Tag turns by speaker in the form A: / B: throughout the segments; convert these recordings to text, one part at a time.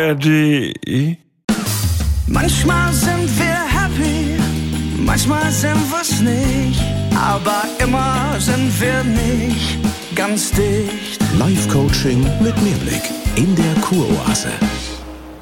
A: ARD.
B: Manchmal sind wir happy, manchmal sind wir's nicht, aber immer sind wir nicht ganz dicht.
C: Live-Coaching mit Mehrblick in der Kuroase.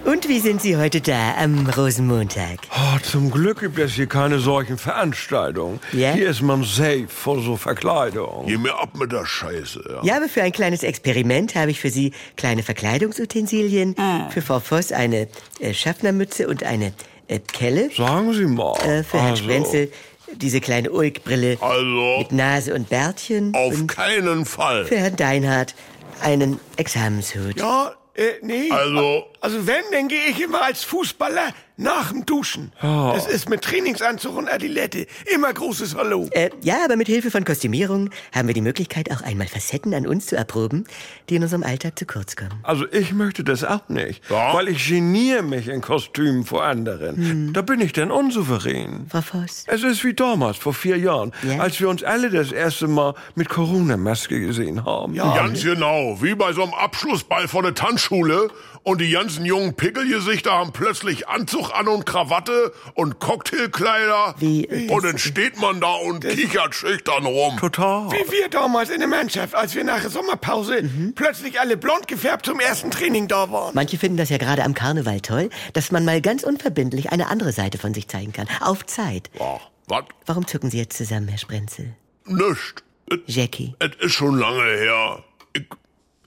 D: Und wie sind Sie heute da am Rosenmontag?
A: Oh, zum Glück gibt es hier keine solchen Veranstaltungen.
D: Ja?
A: Hier ist man safe vor so Verkleidung.
E: Geh mir ab mit der Scheiße. Ja.
D: Ja, aber für ein kleines Experiment habe ich für Sie kleine Verkleidungsutensilien, für Frau Voss eine äh, Schaffnermütze und eine äh, Kelle,
A: Sagen Sie mal.
D: äh, für Herrn
A: Also,
D: Schwenzel diese kleine Ulkbrille
E: Ah, Also,
D: mit Nase und Bärtchen
E: auf
D: und
E: keinen Fall.
D: für Herrn Deinhardt einen Examenshut.
F: Ja, äh, nee.
E: Also-
F: Also wenn, dann gehe ich immer als Fußballer nach dem Duschen.
A: Ja.
F: Das ist mit Trainingsanzug und Adilette. Immer großes Hallo.
D: Äh, ja, aber mit Hilfe von Kostümierung haben wir die Möglichkeit, auch einmal Facetten an uns zu erproben, die in unserem Alltag zu kurz kommen.
A: Also ich möchte das auch nicht,
E: Ja?
A: weil ich geniere mich in Kostümen vor anderen.
D: Hm.
A: Da bin ich dann unsouverän.
D: Frau Voss.
A: Es ist wie damals, vor vier Jahren,
D: Ja?
A: als wir uns alle das erste Mal mit Corona-Maske gesehen haben.
E: Ganz genau, wie bei so einem Abschlussball von der Tanzschule und die ganzen jungen Pickelgesichter haben plötzlich Anzug an und Krawatte und Cocktailkleider
D: Wie, äh,
E: und
D: das-
E: dann steht man da und kichert schüchtern rum.
A: Total.
F: Wie wir damals in der Mannschaft, als wir nach der Sommerpause plötzlich alle blond gefärbt zum ersten Training da waren.
D: Manche finden das ja gerade am Karneval toll, dass man mal ganz unverbindlich eine andere Seite von sich zeigen kann. Auf Zeit.
E: Ja, was?
D: Warum zucken Sie jetzt zusammen, Herr Sprenzel?
E: Nischt. Es-
D: Jackie.
E: Es ist schon lange her. Ich,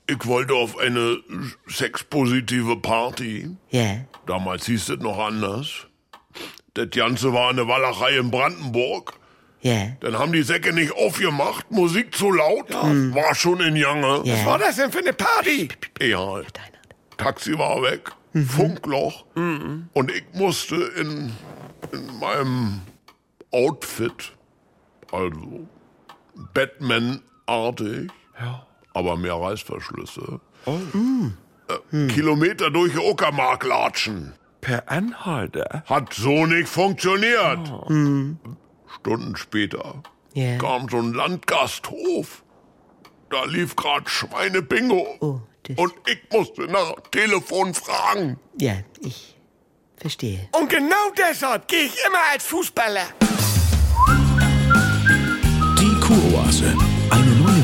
E: ich wollte auf eine sexpositive Party.
D: Ja.
E: Damals hieß es noch anders. Das Ganze war eine Walachei in Brandenburg.
D: Ja.
E: Dann haben die Säcke nicht aufgemacht, Musik zu laut, war schon in Jange.
D: Ja.
F: Was war das denn für eine Party?
E: Egal,
D: Deinhard.
E: Taxi war weg, Funkloch und ich musste in, in meinem Outfit, also Batman-artig, aber mehr Reißverschlüsse, äh, Kilometer durch die Uckermark latschen.
A: Per Anhalter.
E: Hat so nicht funktioniert. Stunden später
D: Ja.
E: kam so ein Landgasthof. Da lief grad Schweinebingo.
D: Oh, das-
E: und ich musste nach Telefon fragen.
D: Ja, ich verstehe.
F: Und genau deshalb gehe ich immer als Fußballer.
C: Die Kuroase. Eine neue